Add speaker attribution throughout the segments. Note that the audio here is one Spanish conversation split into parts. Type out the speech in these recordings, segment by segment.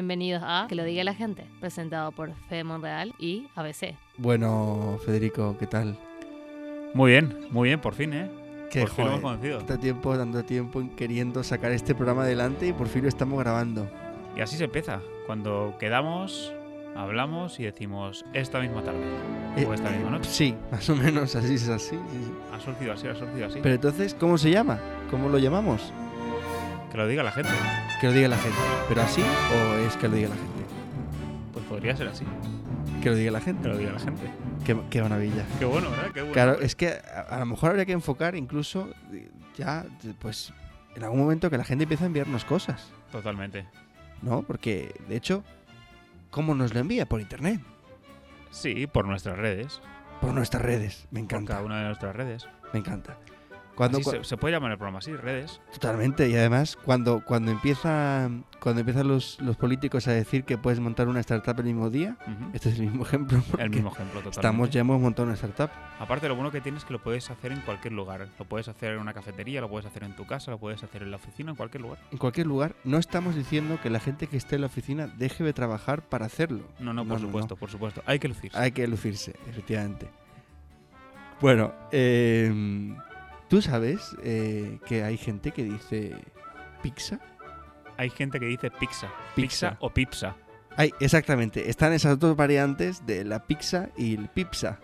Speaker 1: Bienvenidos a Que lo diga la gente, presentado por Fede Monreal y ABC.
Speaker 2: Bueno, Federico, ¿qué tal?
Speaker 3: Muy bien, muy bien, por fin, ¿eh?
Speaker 2: Qué
Speaker 3: por fin lo hemos
Speaker 2: joder.
Speaker 3: conocido.
Speaker 2: Tanto tiempo, tanto tiempo en queriendo sacar este programa adelante y por fin lo estamos grabando.
Speaker 3: Y así se empieza, cuando quedamos, hablamos y decimos esta misma tarde.
Speaker 2: Eh,
Speaker 3: o esta
Speaker 2: eh,
Speaker 3: misma noche.
Speaker 2: Sí, más o menos así es así. sí, sí.
Speaker 3: Ha surgido así, ha surgido así.
Speaker 2: Pero entonces, ¿cómo se llama? ¿Cómo lo llamamos?
Speaker 3: Que lo diga la gente.
Speaker 2: Que lo diga la gente. ¿Pero así o es que lo diga la gente?
Speaker 3: Pues podría ser así.
Speaker 2: Que lo diga la
Speaker 3: Que
Speaker 2: gente.
Speaker 3: lo diga la gente.
Speaker 2: Qué, qué maravilla.
Speaker 3: Qué bueno, ¿verdad? Qué bueno.
Speaker 2: Claro, es que a, a lo mejor habría que enfocar incluso eh, ya, eh, pues, en algún momento que la gente empiece a enviarnos cosas,
Speaker 3: Totalmente.
Speaker 2: ¿no? Porque, de hecho, ¿cómo nos lo envía? Por internet.
Speaker 3: Sí, por nuestras redes.
Speaker 2: Por nuestras redes. Me
Speaker 3: Por cada
Speaker 2: encanta.
Speaker 3: una de nuestras redes.
Speaker 2: Me encanta. Cuando,
Speaker 3: Así
Speaker 2: cua-
Speaker 3: se, se puede llamar el programa así, redes.
Speaker 2: Totalmente. Y además, cuando, cuando empieza cuando empiezan los, los políticos a decir que puedes montar una startup el mismo día,
Speaker 3: Ujú.
Speaker 2: este es el mismo ejemplo. porque
Speaker 3: El mismo ejemplo, totalmente.
Speaker 2: Estamos, ya hemos montado una startup.
Speaker 3: Aparte, lo bueno que tienes es que lo puedes hacer en cualquier lugar. Lo puedes hacer en una cafetería, lo puedes hacer en tu casa, lo puedes hacer en la oficina, en cualquier lugar.
Speaker 2: En cualquier lugar, no estamos diciendo que la gente que esté en la oficina deje de trabajar para hacerlo.
Speaker 3: No, no, por
Speaker 2: No, no,
Speaker 3: supuesto, por supuesto. Hay que lucirse.
Speaker 2: Hay que lucirse, efectivamente. Bueno, eh, tú sabes eh, que hay gente que dice pizza.
Speaker 3: Hay gente que dice pizza.
Speaker 2: Pizza.
Speaker 3: Pizza, o pizza.
Speaker 2: Ay, exactamente. Están esas dos variantes de la pizza y el pizza.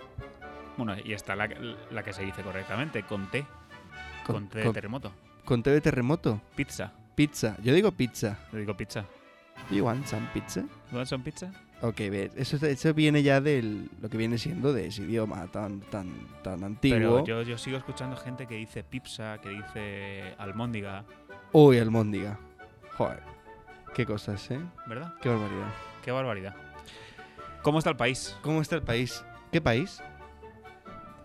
Speaker 3: Bueno, y está la, la que se dice correctamente, con T, con,
Speaker 2: Con,
Speaker 3: T de
Speaker 2: con-
Speaker 3: terremoto.
Speaker 2: con T de terremoto.
Speaker 3: Pizza.
Speaker 2: Pizza. Yo digo pizza.
Speaker 3: Yo digo pizza.
Speaker 2: You want some pizza?
Speaker 3: ¿No son pizza?
Speaker 2: Ok, ver, eso, eso viene ya de lo que viene siendo de ese idioma tan, tan, tan antiguo.
Speaker 3: Pero yo, yo sigo escuchando gente que dice pizza, que dice almóndiga,
Speaker 2: Uy, almóndiga. Joder. Qué cosas, ¿eh?
Speaker 3: ¿verdad?
Speaker 2: Qué barbaridad.
Speaker 3: Qué barbaridad. ¿Cómo está el país?
Speaker 2: ¿Cómo está el país? ¿Qué país?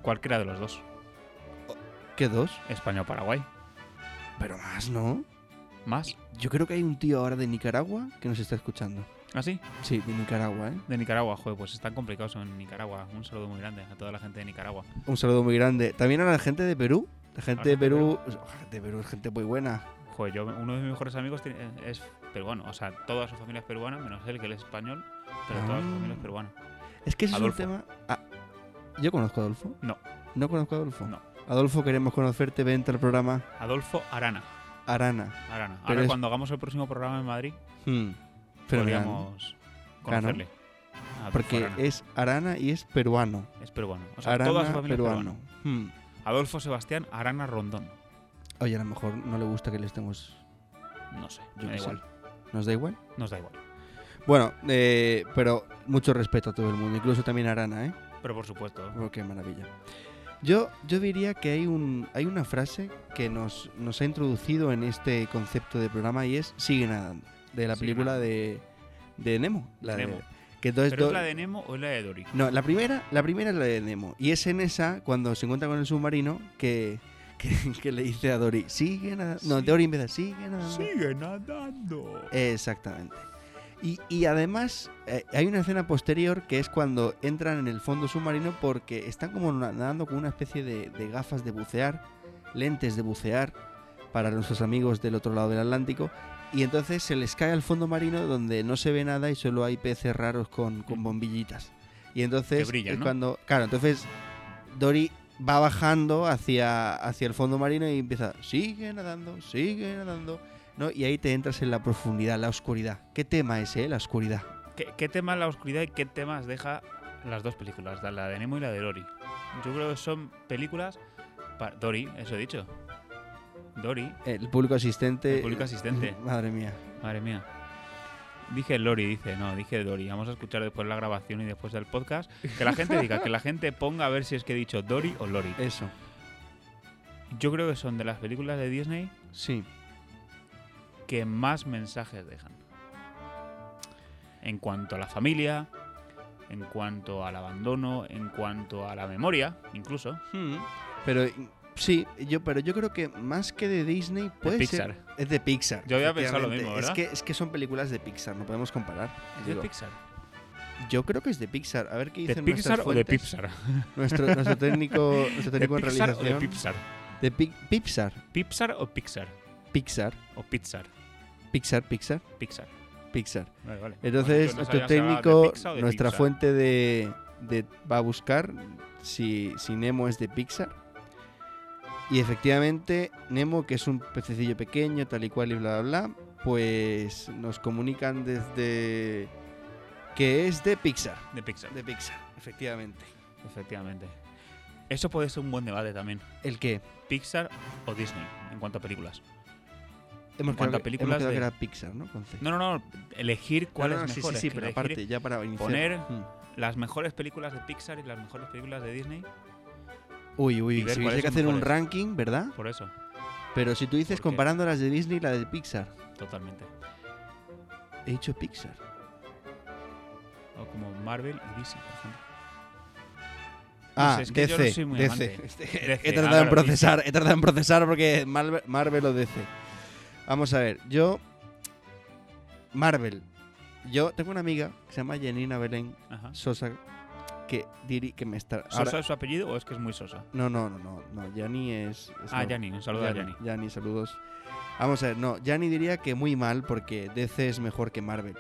Speaker 3: Cualquiera de los dos.
Speaker 2: ¿Qué dos?
Speaker 3: España o Paraguay.
Speaker 2: Pero más, ¿no?
Speaker 3: ¿Más?
Speaker 2: Yo creo que hay un tío ahora de Nicaragua que nos está escuchando.
Speaker 3: ¿Así?
Speaker 2: Sí, de Nicaragua, ¿eh?
Speaker 3: ¿Ah, de Nicaragua, joder, pues están complicados en Nicaragua. Un saludo muy grande a toda la gente de Nicaragua.
Speaker 2: Un saludo muy grande. También a la gente de Perú. La gente
Speaker 3: gente
Speaker 2: de
Speaker 3: de
Speaker 2: Perú. la gente de Perú es gente muy buena.
Speaker 3: Joder, yo, uno de mis mejores amigos tiene- es peruano. O sea, toda su familia es peruana, menos él, que él es español, pero toda su
Speaker 2: Ah.
Speaker 3: familia es peruana.
Speaker 2: Es que ese
Speaker 3: Adolfo.
Speaker 2: es un tema. Ah, ¿Yo conozco a Adolfo?
Speaker 3: No.
Speaker 2: ¿No conozco a Adolfo?
Speaker 3: No.
Speaker 2: Adolfo, queremos conocerte. Vente al programa
Speaker 3: Adolfo Arana.
Speaker 2: Arana.
Speaker 3: Arana.
Speaker 2: Pero
Speaker 3: Ahora,
Speaker 2: es-
Speaker 3: cuando hagamos el próximo programa en Madrid,
Speaker 2: Hmm. Fenomenal.
Speaker 3: podríamos
Speaker 2: Claro.
Speaker 3: conocerle. A Adolfo
Speaker 2: Porque
Speaker 3: Arana.
Speaker 2: es Arana y es peruano.
Speaker 3: Es peruano. O sea, toda su
Speaker 2: Arana,
Speaker 3: familia es
Speaker 2: peruano.
Speaker 3: peruana.
Speaker 2: Hmm.
Speaker 3: Adolfo Sebastián Arana Rondón.
Speaker 2: Oye, a lo mejor no le gusta que le estemos.
Speaker 3: No sé,
Speaker 2: Yo
Speaker 3: me da
Speaker 2: qué sé.
Speaker 3: igual.
Speaker 2: ¿Nos da igual?
Speaker 3: Nos da igual.
Speaker 2: Bueno, eh, pero mucho respeto a todo el mundo, incluso también a Arana, ¿eh?
Speaker 3: Pero por supuesto,
Speaker 2: Oh, qué maravilla. Yo, yo diría que hay, un, hay una frase que nos, nos ha introducido en este concepto de programa y es Sigue nadando, de la
Speaker 3: Sigue
Speaker 2: película
Speaker 3: nadando.
Speaker 2: de, de Nemo. La de-
Speaker 3: Nemo.
Speaker 2: que entonces
Speaker 3: ¿Pero es
Speaker 2: do-
Speaker 3: la de Nemo o es la de Dory?
Speaker 2: No, la primera, la primera es la de Nemo. Y es en esa, cuando se encuentra con el submarino, que, que, que le dice a Dory, sigue nadando. No,
Speaker 3: Sí.
Speaker 2: Dory empieza, sigue nadando.
Speaker 3: Sigue nadando.
Speaker 2: Exactamente. Y, y además eh, hay una escena posterior que es cuando entran en el fondo submarino porque están como na- nadando con una especie de, de gafas de bucear, lentes de bucear para nuestros amigos del otro lado del Atlántico. Y entonces se les cae al fondo marino donde no se ve nada y solo hay peces raros con, con bombillitas. Y entonces
Speaker 3: Que brillan,
Speaker 2: es
Speaker 3: ¿no?
Speaker 2: cuando... Claro, entonces Dory va bajando hacia, hacia el fondo marino y empieza, sigue nadando, sigue nadando. ¿no? Y ahí te entras en la profundidad, la oscuridad. ¿Qué tema es, eh? La oscuridad.
Speaker 3: ¿Qué, qué tema es la oscuridad y qué temas deja las dos películas, la de Nemo y la de Dory? Yo creo que son películas... pa- Dory, eso he dicho. Dory,
Speaker 2: El público asistente.
Speaker 3: El público asistente.
Speaker 2: Madre mía.
Speaker 3: Madre mía. Dije Lori, dice, no, dije Dory. Vamos a escuchar después la grabación y después del podcast. Que la gente diga, que la gente ponga a ver si es que he dicho Dory o Lori.
Speaker 2: Eso.
Speaker 3: Yo creo que son de las películas de Disney
Speaker 2: Sí.
Speaker 3: que más mensajes dejan. En cuanto a la familia, en cuanto al abandono, en cuanto a la memoria, incluso.
Speaker 2: Pero mm, sí, yo, pero yo creo que más que de Disney puede
Speaker 3: Pixar.
Speaker 2: ser. Es de Pixar.
Speaker 3: Yo había pensado lo
Speaker 2: efectivamente.
Speaker 3: mismo,
Speaker 2: Es
Speaker 3: ¿verdad?
Speaker 2: que, es que son películas de Pixar, no podemos comparar.
Speaker 3: ¿Es de
Speaker 2: Digo,
Speaker 3: Pixar?
Speaker 2: yo creo que es de Pixar. A ver qué
Speaker 3: ¿De
Speaker 2: dicen nuestras
Speaker 3: Pixar o de
Speaker 2: fuentes.
Speaker 3: Pixar?
Speaker 2: Nuestro, nuestro técnico, nuestro
Speaker 3: ¿De
Speaker 2: técnico en
Speaker 3: Pixar o de
Speaker 2: realización.
Speaker 3: Pixar?
Speaker 2: De Pi- Pixar.
Speaker 3: ¿Pixar o Pixar?
Speaker 2: Pixar.
Speaker 3: ¿O Pixar?
Speaker 2: Pixar, Pixar.
Speaker 3: Pixar.
Speaker 2: Pixar.
Speaker 3: Vale, vale.
Speaker 2: Entonces,
Speaker 3: Bueno, entonces
Speaker 2: nuestro
Speaker 3: no sabíamos si hablaba de
Speaker 2: técnico,
Speaker 3: Pixar o de
Speaker 2: nuestra
Speaker 3: Pixar.
Speaker 2: fuente de, de- va a buscar si, si Nemo es de Pixar. Y efectivamente, Nemo, que es un pececillo pequeño, tal y cual y bla, bla, bla, pues nos comunican desde que es de Pixar.
Speaker 3: De Pixar,
Speaker 2: De Pixar, efectivamente.
Speaker 3: efectivamente. Eso puede ser un buen debate también.
Speaker 2: ¿El qué?
Speaker 3: Pixar o Disney, en cuanto a películas.
Speaker 2: Hemos
Speaker 3: En cuanto a
Speaker 2: que-
Speaker 3: películas
Speaker 2: hemos quedado
Speaker 3: de-
Speaker 2: que era Pixar, ¿no? Con C.
Speaker 3: No, no, no. Elegir cuál
Speaker 2: No, no,
Speaker 3: es
Speaker 2: no, Sí,
Speaker 3: mejor.
Speaker 2: sí,
Speaker 3: es
Speaker 2: sí
Speaker 3: que
Speaker 2: pero
Speaker 3: elegir
Speaker 2: aparte, ya para iniciar.
Speaker 3: poner-
Speaker 2: Mm.
Speaker 3: Las mejores películas de Pixar y las mejores películas de Disney.
Speaker 2: Uy,
Speaker 3: y
Speaker 2: uy,
Speaker 3: ver
Speaker 2: si
Speaker 3: cuáles
Speaker 2: hubiese que
Speaker 3: son
Speaker 2: hacer un
Speaker 3: mejores.
Speaker 2: ranking, ¿verdad?
Speaker 3: Por eso,
Speaker 2: Pero si tú dices
Speaker 3: ¿Por qué?
Speaker 2: comparando las de Disney y las de Pixar.
Speaker 3: totalmente.
Speaker 2: He dicho Pixar.
Speaker 3: O como Marvel y DC, por ejemplo.
Speaker 2: Ah,
Speaker 3: sé, es que yo no
Speaker 2: DC.
Speaker 3: soy muy
Speaker 2: DC.
Speaker 3: amante.
Speaker 2: Este,
Speaker 3: DC,
Speaker 2: He tratado
Speaker 3: ahora
Speaker 2: en
Speaker 3: lo
Speaker 2: procesar, he tratado en procesar porque Marvel, Marvel o DC. Vamos a ver, yo Marvel. Yo tengo una amiga que se llama Janina Belén
Speaker 3: Ajá.
Speaker 2: Sosa que diri que me está
Speaker 3: ¿Sosa
Speaker 2: ahora-
Speaker 3: es su apellido o es que es muy sosa?
Speaker 2: No, no, no, no, no, Yanni es, es
Speaker 3: Ah,
Speaker 2: no-
Speaker 3: Yanni, un saludo a Yanni.
Speaker 2: Yanni, saludos. Vamos a ver, no, Yanni diría que muy mal porque DC es mejor que Marvel.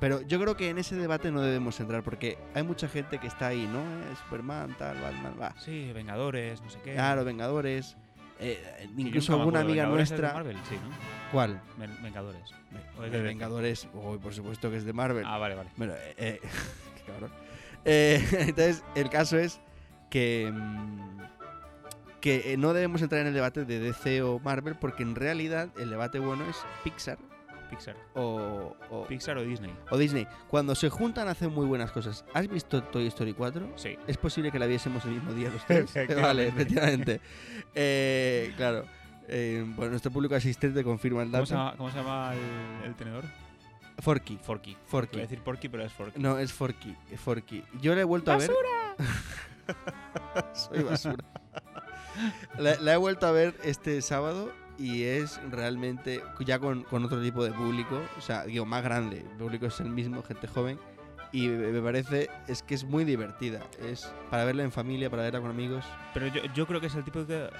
Speaker 2: Pero yo creo que en ese debate no debemos entrar porque hay mucha gente que está ahí, ¿no? Eh, Superman, tal, Batman, va.
Speaker 3: Sí, Vengadores, no sé qué.
Speaker 2: Ah, los Vengadores. eh,
Speaker 3: Y Eh, yo
Speaker 2: incluso
Speaker 3: nunca me
Speaker 2: alguna
Speaker 3: acuerdo,
Speaker 2: amiga
Speaker 3: ¿Vengadores es de
Speaker 2: nuestra.
Speaker 3: Marvel, sí, ¿no?
Speaker 2: ¿Cuál?
Speaker 3: Ven- Vengadores. ¿O es de
Speaker 2: Eh,
Speaker 3: DC?
Speaker 2: Vengadores, uy, por supuesto que es de Marvel.
Speaker 3: Ah, vale, vale.
Speaker 2: Bueno, eh, eh, qué cabrón. Eh, entonces, el caso es que, mm, que eh, no debemos entrar en el debate de DC o Marvel porque en realidad el debate bueno es Pixar
Speaker 3: Pixar.
Speaker 2: o, o-
Speaker 3: Pixar o Disney.
Speaker 2: o Disney. Cuando se juntan hacen muy buenas cosas. ¿Has visto Toy Story 4?
Speaker 3: Sí.
Speaker 2: Es posible que la viésemos el mismo día los tres. vale, efectivamente. Eh, claro. Eh, bueno, nuestro público asistente confirma el
Speaker 3: ¿Cómo se
Speaker 2: dato.
Speaker 3: llama, cómo se llama el, el tenedor?
Speaker 2: Forky.
Speaker 3: Forky. Voy a
Speaker 2: Forky.
Speaker 3: decir Porky, pero es Forky.
Speaker 2: No, es Forky. es Forky. Yo la he vuelto a ver. Soy basura. la, la he vuelto a ver este sábado y es realmente ya con, con otro tipo de público. O sea, digo, más grande. El público es el mismo, gente joven. Y me me parece, es que es muy divertida. Es para verla en familia, para verla con amigos.
Speaker 3: Pero yo, yo creo que es el típico, el-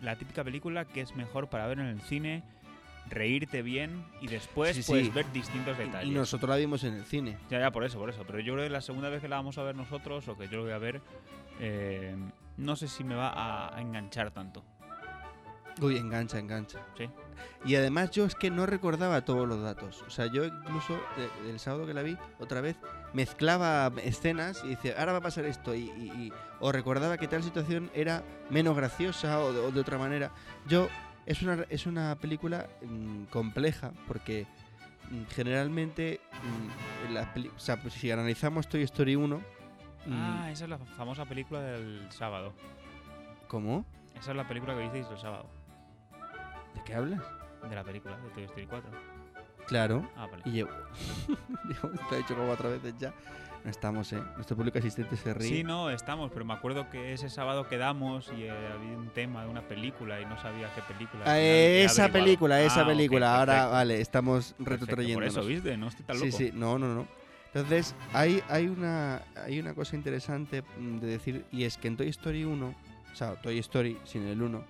Speaker 3: la típica película que es mejor para ver en el cine, reírte bien y después
Speaker 2: Sí, sí.
Speaker 3: puedes ver distintos
Speaker 2: Y-
Speaker 3: detalles.
Speaker 2: Y nosotros la vimos en el cine.
Speaker 3: Ya, ya, por eso, por eso. Pero yo creo que la segunda vez que la vamos a ver nosotros, o que yo lo voy a ver, eh, no sé si me va a, a enganchar tanto.
Speaker 2: Uy, engancha, engancha.
Speaker 3: Sí.
Speaker 2: Y además yo es que no recordaba todos los datos. O sea, yo incluso de- el sábado que la vi, otra vez, mezclaba escenas y decía, ahora va a pasar esto. Y, y- y- o recordaba que tal situación era menos graciosa o de, o de otra manera. Yo, es una, es una película mm, compleja porque mm, generalmente, mm, en las peli- o sea, pues si analizamos Toy Story 1, mm,
Speaker 3: Ah, esa es la famosa película del sábado.
Speaker 2: ¿cómo?
Speaker 3: Esa es la película que visteis el sábado.
Speaker 2: ¿De qué hablas?
Speaker 3: De la película, de Toy Story 4.
Speaker 2: Claro.
Speaker 3: Ah, vale.
Speaker 2: Y llevo. Digo, esto he hecho como cuatro veces ya. No estamos, ¿eh? Nuestro público asistente se ríe.
Speaker 3: Sí, no, estamos, pero me acuerdo que ese sábado quedamos y eh, había un tema de una película y no sabía qué película.
Speaker 2: Ah,
Speaker 3: Al final he
Speaker 2: esa
Speaker 3: averiguado.
Speaker 2: película, esa
Speaker 3: Ah, ok,
Speaker 2: película. Ahora,
Speaker 3: perfecto,
Speaker 2: vale, estamos
Speaker 3: perfecto. Por
Speaker 2: retrotrayendo.
Speaker 3: eso, ¿viste? No estoy tan loco.
Speaker 2: Sí, sí, no, no, no. Entonces, hay, hay, una, hay una cosa interesante mm, de decir, y es que en Toy Story 1, o sea, Toy Story sin el 1,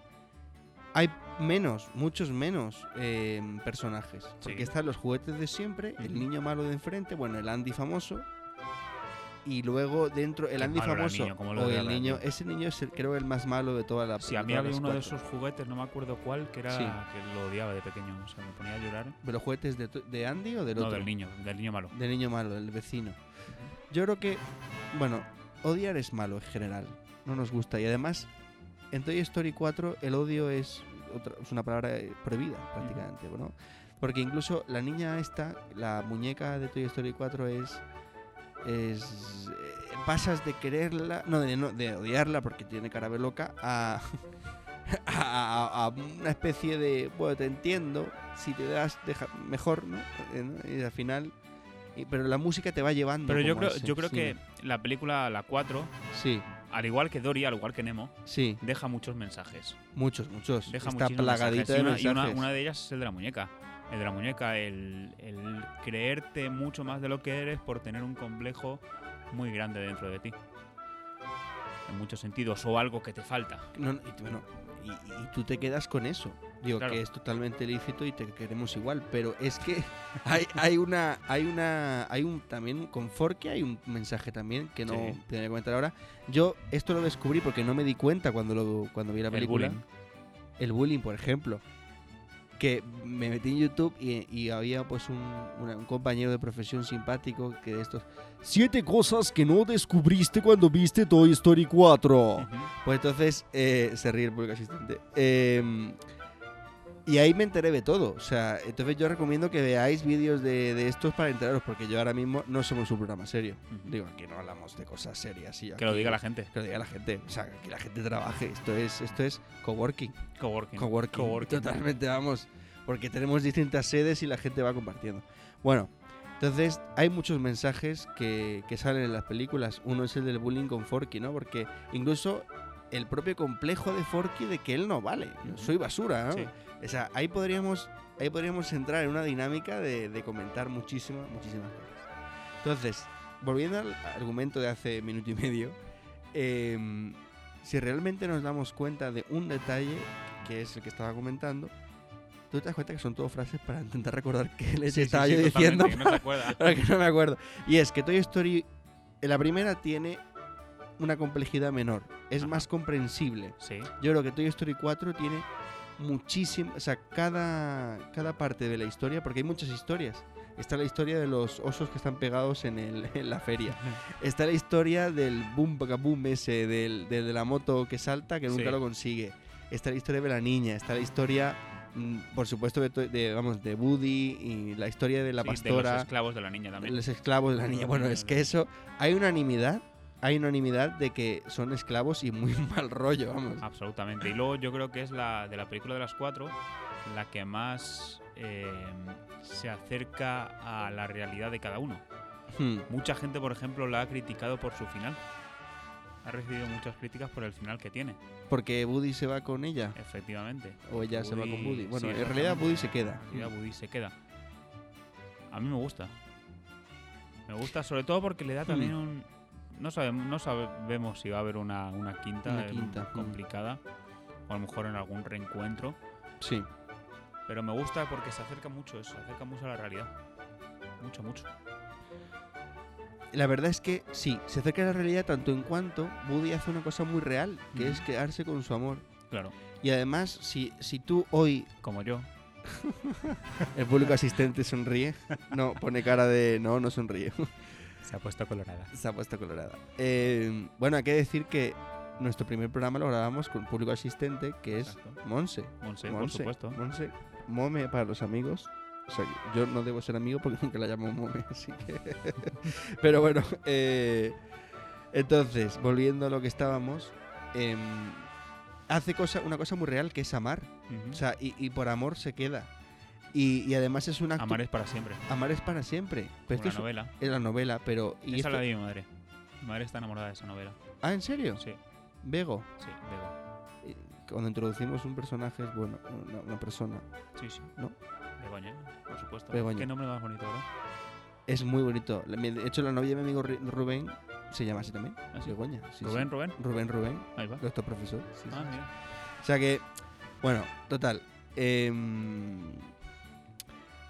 Speaker 2: hay menos, muchos menos eh, personajes. Porque
Speaker 3: Sí.
Speaker 2: están los juguetes de siempre, el
Speaker 3: Ujú.
Speaker 2: niño malo de enfrente, bueno, el Andy famoso, y luego dentro, el
Speaker 3: Qué
Speaker 2: Andy
Speaker 3: malo era el
Speaker 2: famoso,
Speaker 3: niño, cómo lo
Speaker 2: o el
Speaker 3: odiaba el
Speaker 2: niño,
Speaker 3: niño.
Speaker 2: ese niño es el- creo el más malo de toda la
Speaker 3: Sí, a mí
Speaker 2: todas
Speaker 3: había
Speaker 2: las
Speaker 3: uno de
Speaker 2: cuatro.
Speaker 3: esos juguetes, no me acuerdo cuál, que era
Speaker 2: Sí.
Speaker 3: que lo odiaba de pequeño. O sea, me ponía a llorar.
Speaker 2: ¿De los juguetes de, to- de Andy o del
Speaker 3: no,
Speaker 2: otro?
Speaker 3: del niño, del niño malo.
Speaker 2: De niño malo, el vecino. Yo creo que, bueno, odiar es malo en general. No nos gusta. Y además, en Toy Story 4 el odio es, otra- es una palabra eh, prohibida prácticamente, ¿no? Porque incluso la niña esta, la muñeca de Toy Story 4 es... es eh, pasas de quererla, no de, no, de odiarla porque tiene cara de loca, a, a, a- a una especie de, bueno, te entiendo, si te das deja, mejor, ¿no? Eh, ¿no? Y al final... y- pero la música te va llevando.
Speaker 3: Pero yo
Speaker 2: como a
Speaker 3: creo,
Speaker 2: ese-
Speaker 3: yo creo
Speaker 2: sí.
Speaker 3: que la película, la 4,
Speaker 2: Sí,
Speaker 3: al igual que Dory, al igual que Nemo,
Speaker 2: sí,
Speaker 3: deja muchos mensajes.
Speaker 2: muchos, muchos.
Speaker 3: Deja
Speaker 2: Está
Speaker 3: muchísimos
Speaker 2: plagadita de
Speaker 3: mensajes. Y
Speaker 2: mensajes.
Speaker 3: una- y una, una de ellas es el de la muñeca. El de la muñeca, el, el creerte mucho más de lo que eres por tener un complejo muy grande dentro de ti. En muchos sentidos, o algo que te falta.
Speaker 2: No, no, y, tú- bueno, y- y tú te quedas con eso. Digo
Speaker 3: Claro.
Speaker 2: que es totalmente lícito y te queremos igual, pero es que hay, hay una hay una hay un también un confort que hay un mensaje también que no
Speaker 3: Sí.
Speaker 2: te voy a comentar ahora. Yo esto lo descubrí porque no me di cuenta cuando lo cuando vi la
Speaker 3: El
Speaker 2: película.
Speaker 3: bullying.
Speaker 2: El bullying, por ejemplo, que me metí en YouTube y, y había pues un, una- un compañero de profesión simpático que de estos siete cosas que no descubriste cuando viste Toy Story 4.
Speaker 3: Ujú.
Speaker 2: Pues entonces eh, se ríe el público asistente. Eh, y ahí me enteré de todo. O sea, entonces yo recomiendo que veáis vídeos de, de estos para enteraros, porque yo ahora mismo no somos un programa serio.
Speaker 3: Ujú.
Speaker 2: Digo, aquí no hablamos de cosas serias. y
Speaker 3: que lo
Speaker 2: aquí-
Speaker 3: diga la gente.
Speaker 2: Que lo diga la gente. O sea, que la gente trabaje. Esto es, esto es coworking.
Speaker 3: Coworking.
Speaker 2: Coworking.
Speaker 3: Coworking.
Speaker 2: Totalmente, vamos. Porque tenemos distintas sedes y la gente va compartiendo. Bueno, entonces hay muchos mensajes que, que salen en las películas. Uno es el del bullying con Forky, ¿no? Porque incluso el propio complejo de Forky de que él no vale. Yo
Speaker 3: Ujú.
Speaker 2: soy basura, ¿no?
Speaker 3: Sí.
Speaker 2: O sea, ahí podríamos, ahí podríamos entrar en una dinámica de, de comentar muchísimas, muchísimas cosas. Entonces, volviendo al argumento de hace minuto y medio, em, si realmente nos damos cuenta de un detalle, que es el que estaba comentando, tú te das cuenta que son todo frases para intentar recordar qué les
Speaker 3: Sí, sí,
Speaker 2: estaba
Speaker 3: sí,
Speaker 2: yo
Speaker 3: totalmente,
Speaker 2: diciendo,
Speaker 3: que No se acuerda.
Speaker 2: para que no me acuerdo. Y es que Toy Story, en la primera tiene una complejidad menor, es
Speaker 3: Ajá.
Speaker 2: más comprensible.
Speaker 3: Sí.
Speaker 2: Yo creo que Toy Story 4 tiene muchísimo, o sea, cada, cada parte de la historia, porque hay muchas historias. Está la historia de los osos que están pegados en, el- en la feria. Está la historia del boom baga boom ese, del, del de la moto que salta que nunca
Speaker 3: Sí.
Speaker 2: lo consigue. Está la historia de la niña, está la historia, mm, por supuesto, de, to- de, vamos, de Woody y la historia de la
Speaker 3: Sí, De los
Speaker 2: pastora,
Speaker 3: esclavos de la niña también.
Speaker 2: los esclavos de la niña. Bueno, es que eso, hay unanimidad, hay unanimidad de que son esclavos y muy mal rollo, vamos.
Speaker 3: Ah. Absolutamente. Y luego yo creo que es la de la película de las cuatro la que más eh, se acerca a la realidad de cada uno.
Speaker 2: Hmm.
Speaker 3: Mucha gente, por ejemplo, la ha criticado por su final. Ha recibido muchas críticas por el final que tiene,
Speaker 2: Porque Buddy se va con ella.
Speaker 3: efectivamente.
Speaker 2: O ella se va con Buddy. Bueno,
Speaker 3: sí,
Speaker 2: en realidad
Speaker 3: exactamente.
Speaker 2: Buddy se queda.
Speaker 3: En realidad Woody se queda. A mí me gusta. Me gusta sobre todo porque le da también
Speaker 2: Hmm.
Speaker 3: un... No sabemos, no sabemos si va a haber una, una quinta,
Speaker 2: Una
Speaker 3: eh,
Speaker 2: quinta, mm.
Speaker 3: complicada. O a lo mejor en algún reencuentro.
Speaker 2: Sí.
Speaker 3: Pero me gusta porque se acerca mucho, eso, se acerca mucho a la realidad. Mucho, mucho.
Speaker 2: La verdad es que sí, se acerca a la realidad tanto en cuanto Buddy hace una cosa muy real, que
Speaker 3: Ujú.
Speaker 2: es quedarse con su amor.
Speaker 3: Claro,
Speaker 2: Y además, si, si tú hoy
Speaker 3: como yo.
Speaker 2: el público asistente sonríe, no, pone cara de no, no sonríe.
Speaker 3: Se ha puesto colorada.
Speaker 2: se ha puesto colorada. Eh, bueno, hay que decir que nuestro primer programa lo grabamos con público asistente, que es
Speaker 3: Exacto.
Speaker 2: Monse.
Speaker 3: Monse, por
Speaker 2: Monse,
Speaker 3: supuesto.
Speaker 2: Monse, Mome para los amigos. O sea, yo no debo ser amigo porque nunca la llamo Mome, así que. Pero bueno, eh, entonces, volviendo a lo que estábamos, em, hace cosa, una cosa muy real que es amar.
Speaker 3: Ujú.
Speaker 2: O sea, y, y por amor se queda. Y, y además es una.
Speaker 3: Amar es para siempre.
Speaker 2: amar es para siempre. Pero esto
Speaker 3: Una
Speaker 2: es,
Speaker 3: novela.
Speaker 2: es la novela, pero. y
Speaker 3: Esa
Speaker 2: esto-
Speaker 3: la de mi madre. Mi madre está enamorada de esa novela.
Speaker 2: Ah, ¿en serio?
Speaker 3: Sí,
Speaker 2: Vego.
Speaker 3: sí, Bego.
Speaker 2: Eh, Cuando introducimos un personaje, es bueno, una- una persona.
Speaker 3: Sí, sí.
Speaker 2: ¿No?
Speaker 3: Begoña, por supuesto.
Speaker 2: Begoña.
Speaker 3: Qué nombre más bonito, ¿verdad?
Speaker 2: Es muy bonito. La- mi- De hecho, la novia de mi amigo Ri- Rubén se llama así también.
Speaker 3: ¿Ah, sí?
Speaker 2: Begoña, sí, sí.
Speaker 3: Rubén, Rubén.
Speaker 2: Rubén, Rubén,
Speaker 3: Ahí va.
Speaker 2: nuestro profesor. sí, sí,
Speaker 3: Ah,
Speaker 2: sí.
Speaker 3: mira.
Speaker 2: O sea que, bueno, total. em,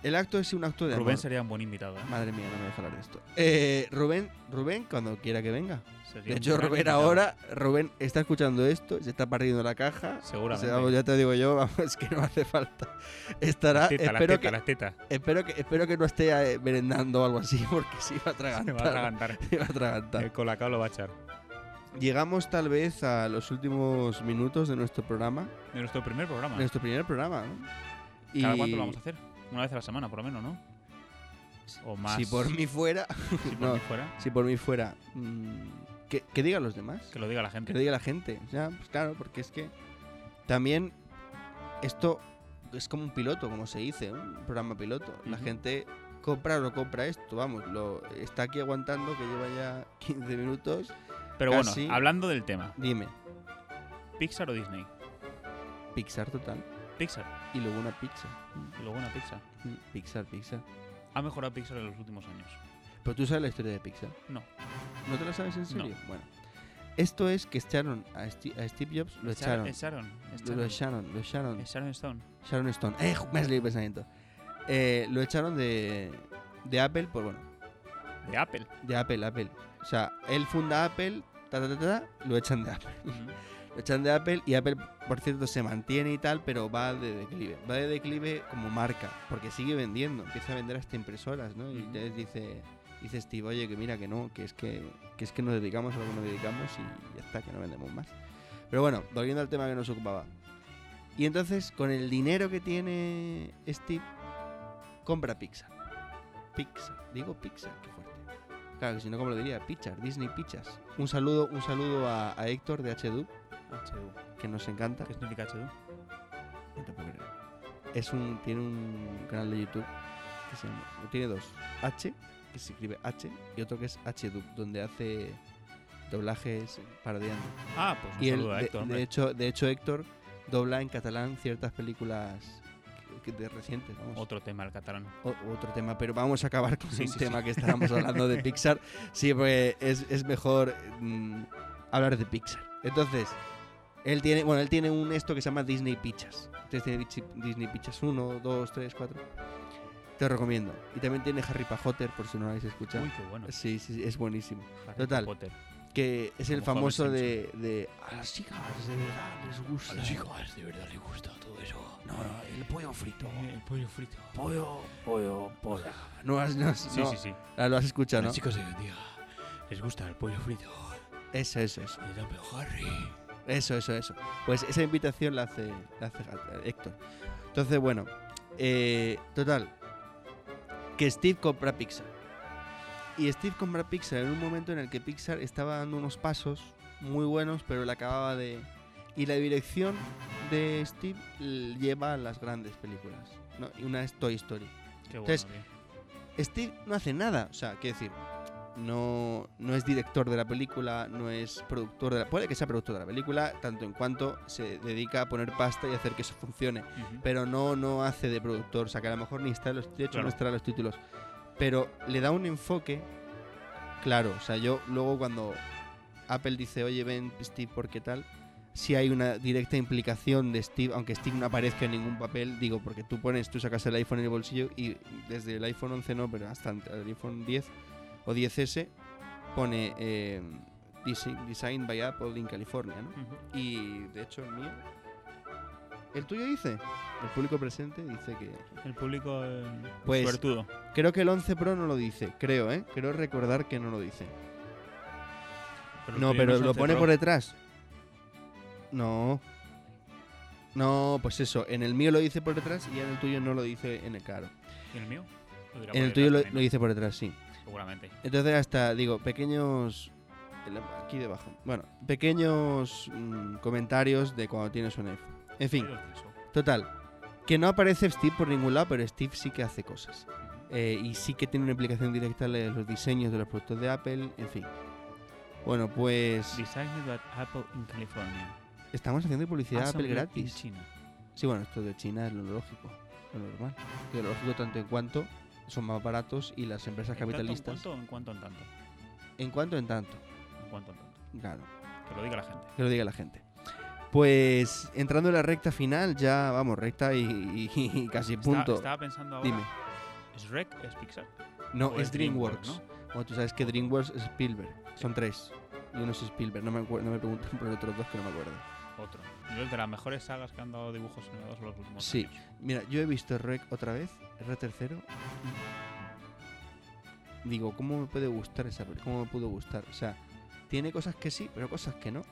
Speaker 2: el acto es un acto de
Speaker 3: Rubén
Speaker 2: amor.
Speaker 3: sería un buen invitado, ¿eh?
Speaker 2: Madre mía, no me deja hablar de esto. Eh, Rubén, Rubén, cuando quiera que venga.
Speaker 3: Sería
Speaker 2: De
Speaker 3: un
Speaker 2: hecho,
Speaker 3: gran
Speaker 2: Rubén
Speaker 3: invitado.
Speaker 2: ahora, Rubén está escuchando esto, se está partiendo la caja. O
Speaker 3: Seguramente.
Speaker 2: sea, vamos, ya te digo yo, vamos, que no hace falta. Estará,
Speaker 3: Las tetas, las
Speaker 2: espero,
Speaker 3: tetas,
Speaker 2: que,
Speaker 3: las tetas.
Speaker 2: espero que, espero que no esté eh, merendando o algo así, porque sí va a
Speaker 3: Se
Speaker 2: tragar.
Speaker 3: va a atragantar.
Speaker 2: Se va a atragantar.
Speaker 3: El colacao lo va a echar.
Speaker 2: Llegamos tal vez a los últimos minutos de nuestro programa,
Speaker 3: De nuestro primer programa.
Speaker 2: de nuestro primer programa. ¿no?
Speaker 3: Ah. ¿Cada cuánto lo vamos a hacer? Una vez a la semana, por lo menos, ¿no? O más.
Speaker 2: Si por mí fuera,
Speaker 3: si por
Speaker 2: no.
Speaker 3: mí fuera.
Speaker 2: si por mí fuera, mm, que, que digan los demás,
Speaker 3: Que lo diga la
Speaker 2: que
Speaker 3: gente.
Speaker 2: lo diga la gente. Ya, pues claro, porque es que también esto es como un piloto, como se dice, un programa piloto. La
Speaker 3: Ujú.
Speaker 2: gente compra o no compra esto, vamos, lo está aquí aguantando que lleva ya 15 minutos.
Speaker 3: Pero
Speaker 2: Casi.
Speaker 3: bueno, hablando del tema.
Speaker 2: Dime,
Speaker 3: ¿Pixar o Disney?
Speaker 2: Pixar total
Speaker 3: Pixar.
Speaker 2: y luego una pizza.
Speaker 3: Y luego una Pixar.
Speaker 2: Mm, Pixar, Pixar.
Speaker 3: Ha mejorado Pixar en los últimos años.
Speaker 2: Pero tú sabes la historia de Pixar.
Speaker 3: No.
Speaker 2: ¿No te la sabes en serio? Bueno. Esto es que echaron a, Sti- a Steve Jobs, lo
Speaker 3: Echa-
Speaker 2: echaron. Lo echaron, lo echaron.
Speaker 3: Es Sharon Stone.
Speaker 2: Sharon Stone. ¡Eh! Me ha salido el pensamiento. Eh, lo echaron de, de Apple, pues bueno,
Speaker 3: De Apple.
Speaker 2: de Apple, Apple. O sea, él funda Apple, ta, ta, ta, ta, lo echan de Apple. Lo echan de Apple y Apple, por cierto, se mantiene y tal, pero va de declive. Va de declive como marca, porque sigue vendiendo. Empieza a vender hasta impresoras, ¿no? Y
Speaker 3: Ujú.
Speaker 2: entonces dice, dice Steve, oye, que mira, que no, que es que, que es que nos dedicamos a lo que nos dedicamos y ya está, que no vendemos más. Pero bueno, volviendo al tema que nos ocupaba. Y entonces, con el dinero que tiene Steve, compra Pixar. Pixar. Digo Pixar, qué fuerte. Claro, que si no, ¿cómo lo diría? Pixar, Disney Pichas. Un saludo, un saludo a, a Héctor de HDU,
Speaker 3: HDU.
Speaker 2: que nos encanta.
Speaker 3: ¿Qué significa HDU?
Speaker 2: No te puedo creer. Es un, tiene un canal de YouTube que se llama- Tiene dos. H, que se escribe H, y otro que es HDub, donde hace doblajes parodiando.
Speaker 3: Ah, pues un
Speaker 2: Y él,
Speaker 3: saludo a
Speaker 2: de-
Speaker 3: Héctor,
Speaker 2: de,
Speaker 3: hombre.
Speaker 2: hecho, de hecho, Héctor dobla en catalán ciertas películas que- que de recientes. Vamos.
Speaker 3: Otro tema al catalán.
Speaker 2: O- otro tema, pero vamos a acabar con
Speaker 3: Sí,
Speaker 2: un
Speaker 3: sí,
Speaker 2: tema que estábamos hablando de Pixar. Sí, porque es, es mejor mm, hablar de Pixar. Entonces, él tiene, bueno, él tiene un esto que se llama Disney Pichas. Entonces tiene Dichi- Disney Pichas 1, 2, 3, 4. Te lo recomiendo. Y también tiene Harry Potter, por si no lo habéis escuchado.
Speaker 3: Uy, qué bueno.
Speaker 2: Sí, sí, sí, es buenísimo.
Speaker 3: Harry
Speaker 2: total.
Speaker 3: Potter.
Speaker 2: Que es el
Speaker 3: Como Homer
Speaker 2: famoso de, de... A las chicas de verdad les gusta.
Speaker 4: A los chicos de verdad les gusta todo eso.
Speaker 2: No, no, el pollo frito.
Speaker 3: El pollo frito.
Speaker 4: Pollo, pollo, pollo.
Speaker 2: No, has- no, has-
Speaker 3: Sí,
Speaker 2: no,
Speaker 3: sí, sí.
Speaker 2: ah, lo has escuchado,
Speaker 4: A
Speaker 2: ¿no?
Speaker 4: los chicos de hoy en día les gusta el pollo frito.
Speaker 2: Eso, eso, eso.
Speaker 4: El nombre Harry.
Speaker 2: Eso, eso, eso. Pues esa invitación la hace, la hace H- Héctor. Entonces, bueno, eh, total. Que Steve compra Pixar. Y Steve compra Pixar en un momento en el que Pixar estaba dando unos pasos muy buenos, pero le acababa de. Y la dirección de Steve l- lleva a las grandes películas. ¿no? Y una es Toy Story.
Speaker 3: Qué bueno.
Speaker 2: Entonces,
Speaker 3: bien.
Speaker 2: Steve no hace nada. O sea, quiero decir, no, no es director de la película, no es productor de la... Puede que sea productor de la película, tanto en cuanto se dedica a poner pasta y hacer que eso funcione.
Speaker 3: Ujú.
Speaker 2: Pero no, no hace de productor, o sea, que a lo mejor ni está en los... De hecho,
Speaker 3: Claro.
Speaker 2: no está en los títulos. Pero le da un enfoque claro. O sea, yo luego cuando Apple dice, oye, ven Steve, ¿por qué tal? Si hay una directa implicación de Steve, aunque Steve no aparezca en ningún papel, digo, porque tú pones, tú sacas el iPhone en el bolsillo y desde el iPhone 11 no, pero hasta el iPhone 10 o 10S pone eh, Desi- Designed by Apple in California, ¿no?
Speaker 3: Ujú.
Speaker 2: Y de hecho el mío, el tuyo dice, el público presente dice que...
Speaker 3: El público. eh,
Speaker 2: Pues-
Speaker 3: suertudo.
Speaker 2: Creo que el 11 Pro no lo dice, creo, ¿eh? Creo recordar que no lo dice.
Speaker 3: Pero
Speaker 2: No,
Speaker 3: tú
Speaker 2: pero
Speaker 3: tienes
Speaker 2: lo
Speaker 3: 11
Speaker 2: pone
Speaker 3: Pro.
Speaker 2: por detrás. No. No, pues eso. En el mío lo dice por detrás y en el tuyo no lo dice en el caro.
Speaker 3: ¿Y el mío? Lo dirá
Speaker 2: En
Speaker 3: por
Speaker 2: el tuyo
Speaker 3: detrás
Speaker 2: lo,
Speaker 3: también,
Speaker 2: lo
Speaker 3: ¿no?
Speaker 2: dice por detrás, sí.
Speaker 3: Seguramente.
Speaker 2: Entonces hasta, digo, pequeños... en la- Aquí debajo. Bueno, pequeños mm, comentarios de cuando tienes un iPhone. En fin,
Speaker 3: Pero eso. Ujú.
Speaker 2: total. Que no aparece Steve por ningún lado, pero Steve sí que hace cosas. Eh, y sí que tiene una implicación directa en los diseños de los productos de Apple, en fin. Bueno, pues...
Speaker 3: Designed by Apple in California.
Speaker 2: Estamos haciendo publicidad a Apple
Speaker 3: Assembled in
Speaker 2: gratis.
Speaker 3: China.
Speaker 2: Sí, bueno, esto de China es lo lógico, lo normal. Que lo lógico tanto en cuanto son más baratos y las empresas
Speaker 3: ¿En tanto,
Speaker 2: capitalistas.
Speaker 3: ¿En cuanto, en cuanto, en tanto?
Speaker 2: En cuanto en tanto.
Speaker 3: En cuanto, en tanto.
Speaker 2: Claro,
Speaker 3: Que lo diga la gente.
Speaker 2: que lo diga la gente. Pues entrando en la recta final, ya vamos, recta y, y- y casi
Speaker 3: Estaba-
Speaker 2: punto.
Speaker 3: Estaba, pensando ahora.
Speaker 2: Dime.
Speaker 3: ¿Es Rec? ¿Es Pixar?
Speaker 2: No,
Speaker 3: O
Speaker 2: es DreamWorks.
Speaker 3: ¿no?
Speaker 2: Bueno, tú sabes que DreamWorks es Spielberg. Son tres. Y uno es Spielberg. No me, acuer- no me preguntan por los otros dos que no me acuerdo.
Speaker 3: Otro. Yo es de las mejores sagas que han dado dibujos animados los últimos
Speaker 2: Sí.
Speaker 3: años.
Speaker 2: Mira, yo he visto Rec otra vez, Rec tercero. y Digo, ¿cómo me puede gustar esa peli? ¿Cómo me pudo gustar? O sea, tiene cosas que sí, pero cosas que no.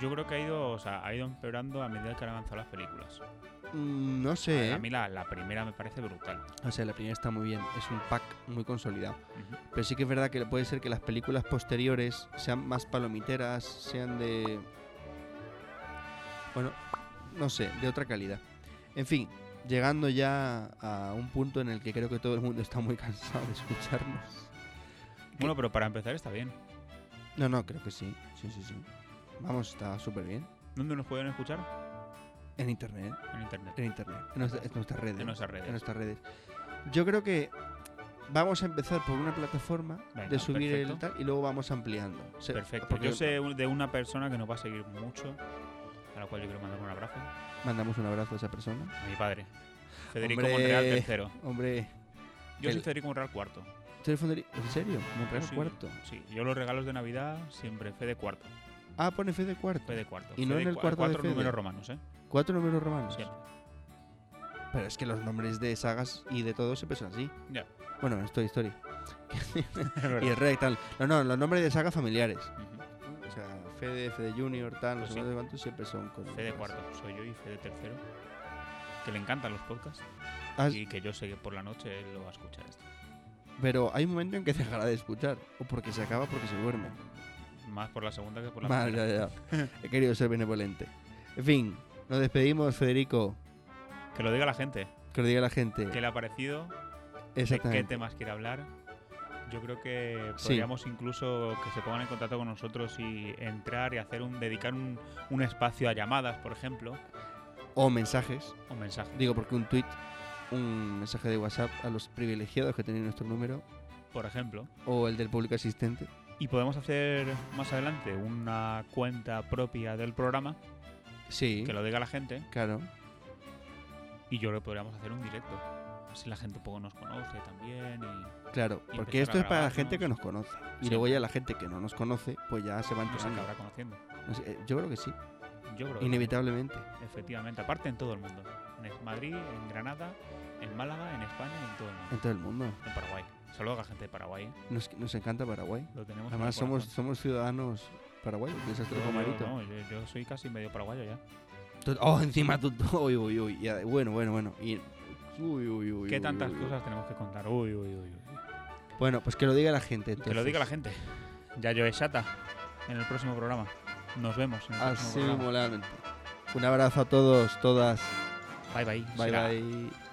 Speaker 3: Yo creo que ha ido, o sea, ha ido empeorando a medida que han avanzado las películas.
Speaker 2: Mm, No sé,
Speaker 3: A
Speaker 2: ¿eh?
Speaker 3: mí la, la primera me parece brutal.
Speaker 2: O sea, la primera está muy bien, es un pack muy consolidado.
Speaker 3: Ujú.
Speaker 2: Pero sí que es verdad que puede ser que las películas posteriores sean más palomiteras, sean de. Bueno, no sé, de otra calidad. En fin, llegando ya a un punto en el que creo que todo el mundo está muy cansado de escucharnos.
Speaker 3: Bueno, pero para empezar está bien.
Speaker 2: No, no, creo que sí. Sí, sí, sí. Vamos, está súper bien.
Speaker 3: ¿Dónde nos pueden escuchar?
Speaker 2: En internet.
Speaker 3: En internet.
Speaker 2: Eh, En internet. En, nuestra- en nuestras redes.
Speaker 3: En nuestras redes.
Speaker 2: En nuestras redes. Yo creo que vamos a empezar por una plataforma
Speaker 3: Venga,
Speaker 2: de subir el
Speaker 3: perfecto.
Speaker 2: tal y luego vamos ampliando. Se-
Speaker 3: Perfecto.
Speaker 2: porque
Speaker 3: yo sé un- de una persona que nos va a seguir mucho, a la cual yo quiero mandar un abrazo,
Speaker 2: Mandamos un abrazo a esa persona.
Speaker 3: a mi padre. Federico
Speaker 2: Hombre.
Speaker 3: Monreal tercero.
Speaker 2: Hombre,
Speaker 3: Yo soy
Speaker 2: El-
Speaker 3: Federico Monreal cuarto.
Speaker 2: ¿tú eres fonderí- ¿en serio? Monreal
Speaker 3: Sí,
Speaker 2: cuarto.
Speaker 3: Sí, yo los regalos de Navidad siempre Fede cuarto.
Speaker 2: Ah, pone Fede cuarto.
Speaker 3: Fede cuarto.
Speaker 2: Y no
Speaker 3: Fede
Speaker 2: en el
Speaker 3: cua-
Speaker 2: cuarto de
Speaker 3: Cuatro
Speaker 2: Fede. Pues,
Speaker 3: números romanos, ¿eh?
Speaker 2: Cuatro números romanos.
Speaker 3: Siempre.
Speaker 2: Pero es que los nombres de sagas y de todo se pesan así.
Speaker 3: Ya.
Speaker 2: Bueno, en Toy Story.
Speaker 3: Es
Speaker 2: y
Speaker 3: verdad.
Speaker 2: el Rey tal. No, no, los nombres de sagas familiares.
Speaker 3: Ujú.
Speaker 2: O sea, Fede, Fede Junior, tal,
Speaker 3: Pues
Speaker 2: los
Speaker 3: sí.
Speaker 2: sé cuántos siempre son con.
Speaker 3: Fede cuarto soy yo y Fede tercero. Que le encantan los podcasts
Speaker 2: Ah,
Speaker 3: y que yo sé que por la noche él lo va a escuchar esto.
Speaker 2: pero hay un momento en que dejará de escuchar. O porque se acaba porque se duerme.
Speaker 3: Más por la segunda que por la
Speaker 2: Vale,
Speaker 3: primera.
Speaker 2: ya, ya. He querido ser benevolente. En fin, nos despedimos, Federico.
Speaker 3: Que lo diga la gente.
Speaker 2: Que lo diga la gente.
Speaker 3: ¿Qué le ha parecido? de qué
Speaker 2: Exactamente.
Speaker 3: temas quiere hablar. Yo creo que
Speaker 2: Sí.
Speaker 3: podríamos incluso que se pongan en contacto con nosotros y entrar y hacer un dedicar un, un espacio a llamadas, por ejemplo,
Speaker 2: O mensajes.
Speaker 3: o mensajes.
Speaker 2: Digo, porque un tweet, un mensaje de WhatsApp a los privilegiados que tienen nuestro número.
Speaker 3: por ejemplo.
Speaker 2: O el del público asistente.
Speaker 3: Y podemos hacer más adelante una cuenta propia del programa,
Speaker 2: Sí.
Speaker 3: que lo diga la gente,
Speaker 2: Claro.
Speaker 3: y yo lo podríamos hacer un directo. Así la gente un poco nos conoce también y
Speaker 2: Claro,
Speaker 3: Y
Speaker 2: porque
Speaker 3: empezar a
Speaker 2: esto es para la
Speaker 3: grabarnos.
Speaker 2: gente que nos conoce. Y
Speaker 3: Sí.
Speaker 2: luego ya la gente que no nos conoce, pues ya se va
Speaker 3: nos
Speaker 2: enterando.
Speaker 3: acabará conociendo.
Speaker 2: No sé, eh, Yo creo que sí,
Speaker 3: Yo creo que-
Speaker 2: inevitablemente.
Speaker 3: efectivamente, aparte en todo el mundo. En Madrid, en Granada, en Málaga, en España y en todo el mundo.
Speaker 2: En todo el mundo.
Speaker 3: En Paraguay. Saludos a la gente de Paraguay. ¿eh?
Speaker 2: Nos, nos encanta Paraguay.
Speaker 3: Lo tenemos en el
Speaker 2: Además, somos,
Speaker 3: corazón.
Speaker 2: somos ciudadanos paraguayos, de esas tres
Speaker 3: Yo-
Speaker 2: Marito.
Speaker 3: no, yo, yo soy casi medio paraguayo ya.
Speaker 2: Tot- Oh, encima tú. Uy, uy, uy. ya, bueno, bueno, bueno. Y, uy, uy, uy.
Speaker 3: ¿Qué
Speaker 2: uy,
Speaker 3: tantas
Speaker 2: uy, uy.
Speaker 3: cosas tenemos que contar? Uy, uy, uy. uy.
Speaker 2: Bueno, pues que lo diga la gente.
Speaker 3: que lo
Speaker 2: entonces.
Speaker 3: diga la gente. Ya yo es chata en el próximo programa. Nos vemos
Speaker 2: Ah,
Speaker 3: en el próximo
Speaker 2: Así
Speaker 3: programa.
Speaker 2: molamente. Un abrazo a todos, todas.
Speaker 3: Bye bye.
Speaker 2: Bye,
Speaker 3: Será.
Speaker 2: bye.